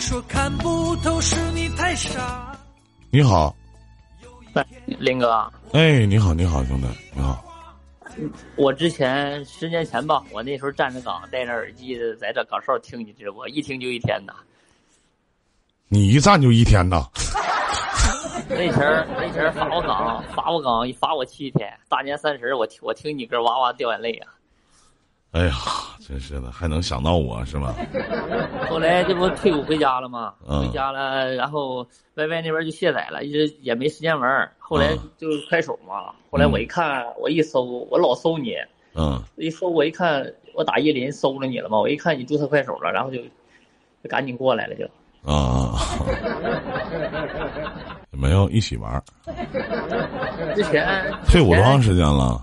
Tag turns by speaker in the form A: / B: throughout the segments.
A: 说看不透是你太傻。
B: 你好，
C: 喂，林哥，
B: 哎，你好，你好，兄弟，你好，
C: 我之前十年前吧，我那时候站着岗，戴着耳机在这岗哨听你直播，一听就一天呐。
B: 你一站就一天呐，
C: 那前儿那前儿罚我岗，罚我岗一罚我七天，大年三十儿我听我听你歌哇哇掉眼泪啊。
B: 哎呀，真是的，还能想到我是吧？
C: 后来这不退伍回家了吗？
B: 嗯
C: 回家了，然后 YY 那边就卸载了，一直也没时间玩儿。后来
B: 嗯
C: 就快手嘛，后来我一看，我一搜，我老搜你，
B: 嗯，
C: 一搜我一看，我打叶林搜着你了嘛，我一看你注册快手了，然后就就赶紧过来了就。
B: 啊啊，啊没有一起玩儿，
C: 之前
B: 退伍多
C: 之前
B: 长时间了？
C: 哎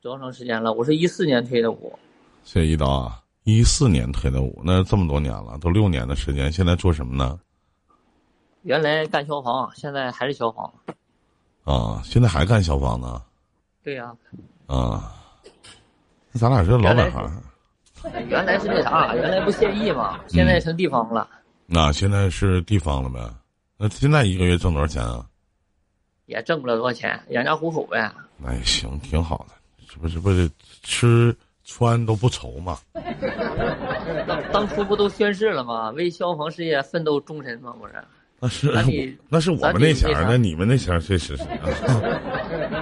C: 多长时间了？我是一四年退的伍，
B: 谢谢一刀啊，一四年退的伍，那这么多年了，都六年的时间，现在做什么呢？
C: 原来干消防，现在还是消防。
B: 啊，现在还干消防呢？
C: 对呀、
B: 啊，那咱俩是老本行儿，
C: 哎原来是那啥，原来不现役嘛，现在成地方了，
B: 那、现在是地方了呗？那现在一个月挣多少钱啊？
C: 也挣不了多少钱，养家糊口呗。
B: 那也哎行，挺好的，这不是不是吃穿都不愁嘛？
C: 当当初不都宣誓了吗？为消防事业奋斗终身吗？不是，
B: 那是
C: 咱得
B: 那是我们
C: 咱得
B: 那前儿，
C: 那啥
B: 那你们那前儿确实是啊。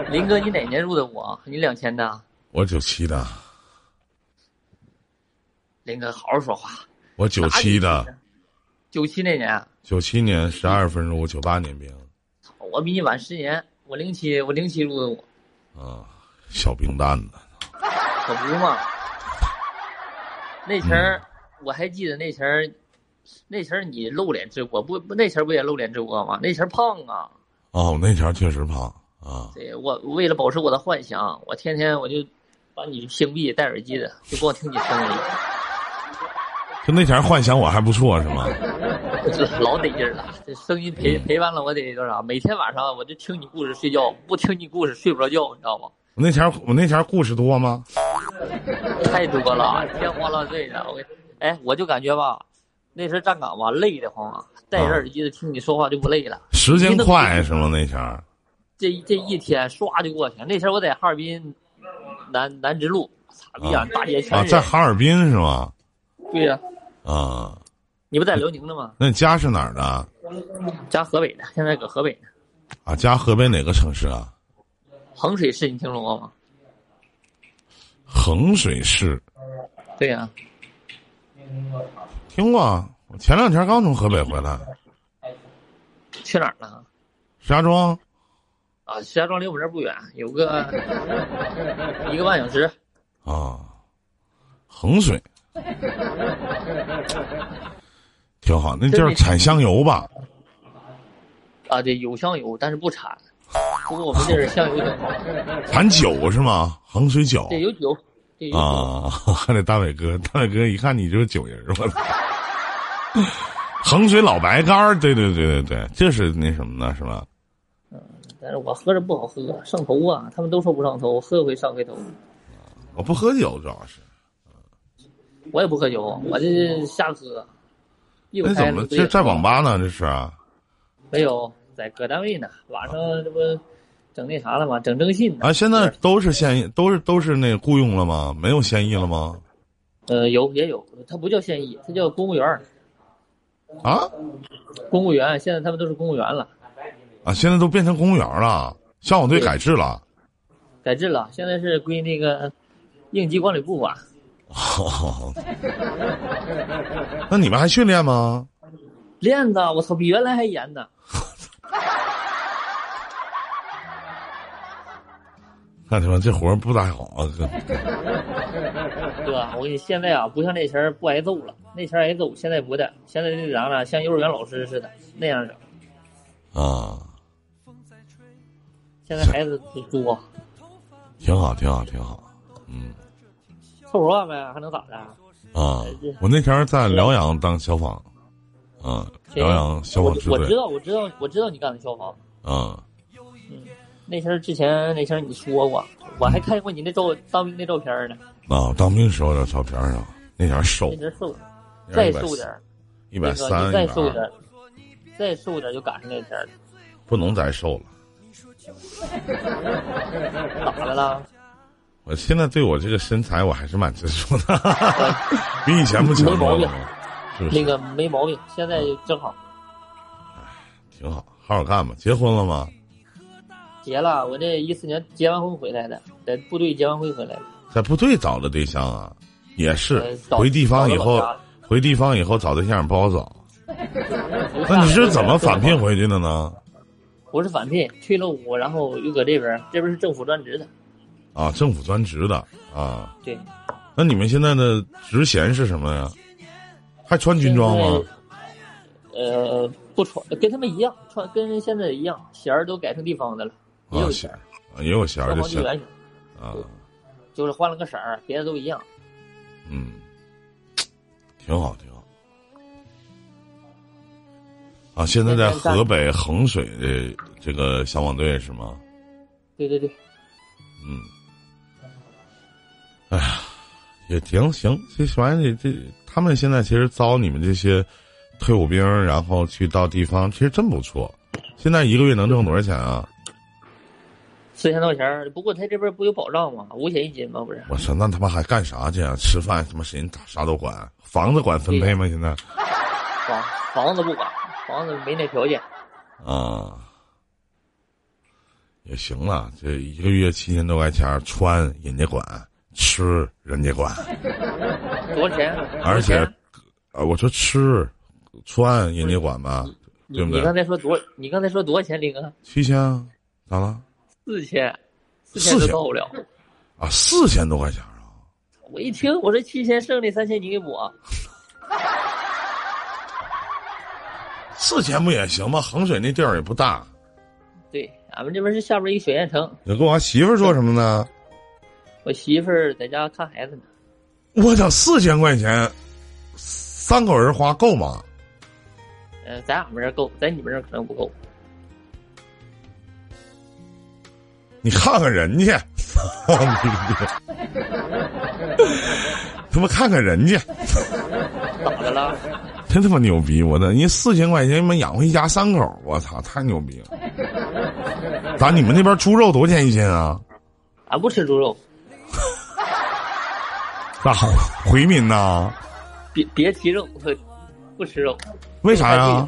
C: 林哥，你哪年入的伍？啊你两千的？
B: 我九七的，
C: 林哥，好好说话。
B: 我九七的，
C: 九七那年，
B: 九七年十二月份入伍，九八年兵
C: 我比你晚十年，我零七，我零七入的伍，
B: 啊，小兵蛋子
C: 可不嘛。那前儿、我还记得那前儿，那前儿你露脸直播，不不那前儿不也露脸直播吗？那前儿胖啊，
B: 啊，我那前儿确实胖啊。
C: 对我为了保持我的幻想，我天天我就把你屏蔽，戴耳机的，就光听你声音，
B: 就那前儿幻想我还不错是吗？
C: 老得劲儿了。这声音陪
B: 嗯
C: 陪伴了我得多少？每天晚上我就听你故事睡觉，不听你故事睡不着觉，你知道吗？
B: 我那前儿我那前儿故事多吗？
C: 太多了，天花乱坠的。我跟哎，我就感觉吧，那时候站岗吧，累得慌啊，戴着耳机的听你说话就不累了。
B: 时间快是吗？那前儿
C: 这这一天唰就过去了。那时候我在哈尔滨南南直路，操逼啊，大街
B: 啊
C: 全，是
B: 在
C: 人。
B: 哈尔滨是吗？
C: 对呀、
B: 啊，
C: 你不在辽宁的吗？
B: 那你家是哪儿的？
C: 家河北的，现在搁河北呢。
B: 啊，家河北哪个城市啊？
C: 衡水市你听说过吗？
B: 衡水市，
C: 对呀、
B: 听过啊。我前两天刚从河北回来，
C: 去哪儿呢？
B: 石家庄。
C: 啊，石家庄离我们这儿不远，有个一个半小时。
B: 啊，衡 水，挺好。那地儿产香油吧？
C: 啊，对，有香油，但是不产。不过我们这儿香油挺好，
B: 产酒是吗？衡水酒
C: 对，有酒，对，有酒。
B: 啊，还得大伟哥， 大伟哥一看你就是酒人儿，我操！ 衡水老白干儿，对对对对对，这是那什么呢？是吧？
C: 但是我喝着不好喝，上头啊！他们都说不上头，我喝回上回头。
B: 我不喝酒，主要是。
C: 我也不喝酒，我这瞎喝。一会
B: 那哎怎
C: 儿开
B: 么了
C: 了
B: 这在网吧呢？这是啊？
C: 没有，在搁单位呢。晚上这不整那啥了吗？整征信呢。
B: 啊，现在都是现役，都是都是那雇佣了吗？没有现役了吗？
C: 呃，有也有，他不叫现役，他叫公务员儿。
B: 啊
C: 公务员现在他们都是公务员了，
B: 啊，现在都变成公务员了，消防队改制了。
C: 改制了，现在是归那个应急管理部管、啊
B: 哦， 那你们还训练吗？
C: 练的，我操，比原来还严呢。
B: 那他妈这活儿不咋好啊！这
C: 哥，我跟你现在啊，不像那前儿不挨揍了，那前儿挨揍，现在不的，现在那啥呢，像幼儿园老师似的那样整。
B: 啊，
A: 风在吹，
C: 现在孩子多，
B: 挺好，挺好，挺好。嗯
C: 凑合呗，还能咋的？
B: 啊，我那天儿在辽阳当消防，啊，辽阳消
C: 我
B: 防支
C: 我知
B: 队，
C: 道，我知道，我知道你干的消防。
B: 啊
C: 那天儿之前那天儿你说过，我还看过你那照当兵那照片儿呢，
B: 啊，当兵时候的照片儿上，那前儿瘦
C: 那，阵儿瘦，
B: 那前儿140
C: 再瘦点儿，
B: 一
C: 那
B: 百
C: 个
B: 三
C: 你
B: 一百
C: 再瘦
B: 二，
C: 点，再瘦点就赶上那天儿
B: 不能再瘦了。
C: 咋的了？
B: 我现在对我这个身材我还是蛮执着 的，比以前不强多了吗？是不是？
C: 那个没毛病，现在正好
B: 挺好，好好干吧。结婚了吗？
C: 结了。我这一四年结完婚回来的，在部队结完婚回来的。
B: 在部队找的对象啊，也是
C: 呃找
B: 回地方以后
C: 找到老家了，
B: 回地方以后找对象不好找。
C: 那
B: 那你是
C: 哎
B: 怎么返 聘？回去的呢？
C: 我是返聘，退了伍，然后又搁这边儿，这边儿是政府专职的。
B: 啊，政府专职的啊。
C: 对，
B: 那你们现在的职衔是什么呀？还穿军装吗？
C: 呃，不穿，跟他们一样，穿跟人现在一样，弦儿都改成地方的了，也
B: 啊，
C: 有
B: 行
C: 弦儿，，
B: 啊也有衔
C: 消
B: 儿就
C: 防局
B: 行
C: 员衔儿，
B: 啊，
C: 就是换了个色儿，别的都一样。
B: 嗯，挺好，挺好。啊，现在在河北衡水的这个消防队是吗？
C: 对对对，
B: 嗯，哎呀，也挺行。这玩意儿，这他们现在其实招你们这些退伍兵，然后去到地方，其实真不错。现在一个月能挣多少钱啊？
C: 四千多块钱儿，不过他这边儿不有保障吗？五险一金吗？不是，
B: 我操，那他妈还干啥去啊？吃饭他妈谁打啥都管，房子管分配吗？现在
C: 房房子不管，房子没那条件。
B: 啊，也行了，这一个月七千多块钱，穿人家管，吃人家 管，
C: 多少钱？
B: 而且
C: 多少钱
B: 啊，我说吃穿人家管吧，
C: 你
B: 对不
C: 你刚
B: 对？
C: 才说多，你刚才说多少钱，林哥？
B: 七千啊，咋了？
C: 四千，四
B: 四
C: 千都
B: 千
C: 到不了。
B: 啊，四千多块钱啊！
C: 我一听，我说七千剩那三千你给我，
B: 四千不也行吗？衡水那地儿也不大。
C: 对，俺们这边是下边一个小县城，
B: 你跟我媳妇儿说什么呢？
C: 我媳妇儿在家看孩子呢。
B: 我操，四千块钱，三口人花够吗？
C: 呃，在俺们这儿够，在你们这儿可能不够。
B: 你看看人家，操你个逼 他妈看看人家，
C: 咋的了？
B: 真他妈牛逼！我的，人四千块钱他妈养活一家三口，我操，太牛逼了！咋你们那边猪肉多少钱一斤啊？
C: 俺不吃猪肉，
B: 咋回民呐？
C: 别别提肉，不吃肉，
B: 为啥呀、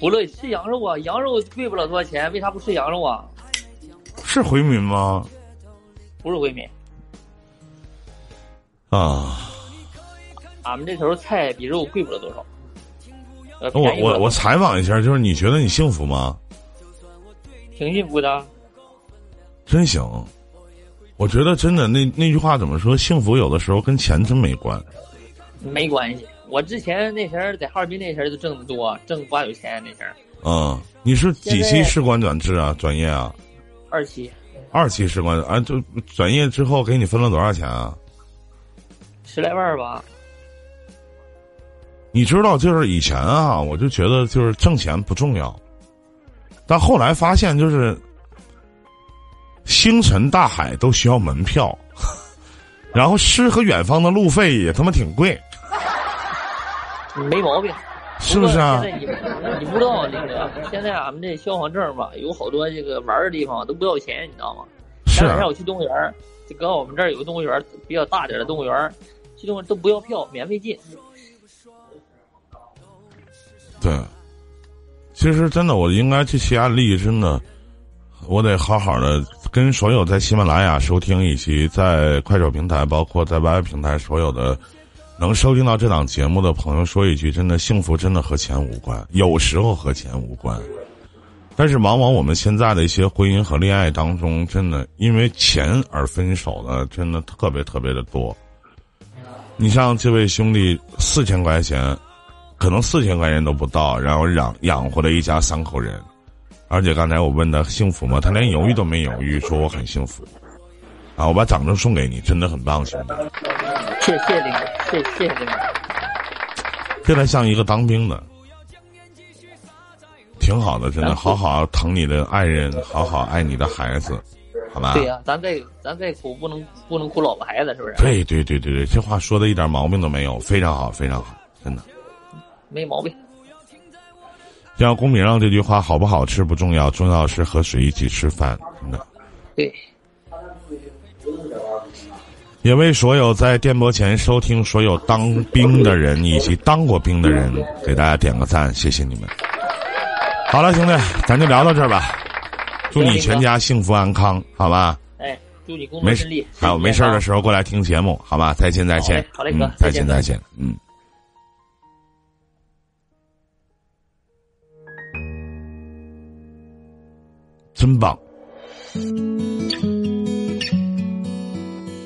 C: 不乐意吃羊肉啊，羊肉贵不了多少钱，为啥不吃羊肉啊？
B: 是回民吗？
C: 不是回民，
B: 啊。
C: 俺们这头菜比肉贵不了多少。呃，
B: 我
C: 便宜不
B: 我
C: 了
B: 我采访一下，就是你觉得你幸福吗？
C: 挺幸福的，
B: 真行，我觉得真的那那句话怎么说？幸福有的时候跟钱真没关。
C: 没关系。我之前那前儿在哈尔滨那前儿就挣得多，挣瓜有钱那前儿
B: 嗯，你是几
C: 现
B: 期
C: 在
B: 士官转制啊？转业啊？
C: 二期
B: 二期士官啊？就转业之后给你分了多少钱啊？
C: 十来万儿吧，
B: 你知道，就是以前啊，我就觉得就是挣钱不重要，但后来发现就是星辰大海都需要门票，然后诗和远方的路费也他妈挺贵，
C: 没毛病。
B: 是不是啊？
C: 过现在你你不知道那个，现在俺们这消防证吧，有好多这个玩儿的地方都不要钱，你知道吗？
B: 是
C: 前
B: 啊
C: 两天我去动物园儿，就搁我们这儿有个动物园儿比较大点儿的动物园儿，去动物园都不要票，免费进。
B: 对，其实真的，我应该这期案例真的，我得好好的跟所有在喜马拉雅收听以及在快手平台，包括在 YY 平台所有的能收听到这档节目的朋友说一句：真的，幸福真的和钱无关，有时候和钱无关。但是，往往我们现在的一些婚姻和恋爱当中，真的因为钱而分手的，真的特别特别的多。你像这位兄弟，四千块钱，可能四千块钱都不到，然后养养活了一家三口人，而且刚才我问他幸福吗？他连犹豫都没犹豫，说我很幸福。啊，我把掌声送给你，真的很棒，兄弟。
C: 谢谢领导，谢谢谢领导。
B: 现在像一个当兵的，挺好的，真的，好好疼你的爱人，好好爱你的孩子，好吧？
C: 对呀、咱再咱再苦不能不能苦老婆孩子，是不是？
B: 对对对对对，这话说的一点毛病都没有，非常好，非常好，真的。
C: 没毛病。
B: 像龚敏让这句话好不好吃不重要，重要是和谁一起吃饭。真的，
C: 对，
B: 也为所有在电波前收听所有当兵的人以及当过兵的人给大家点个赞，谢谢你们。好了，兄弟，咱就聊到这儿吧。祝你全家幸福安康，好吧？
C: 哎，祝你工作
B: 没
C: 顺利。
B: 还有没事儿的时候过来听节目，好吧？再见，再见，
C: 好嘞好嘞哥
B: 嗯，再见，再
C: 再见
B: 见，嗯。真棒！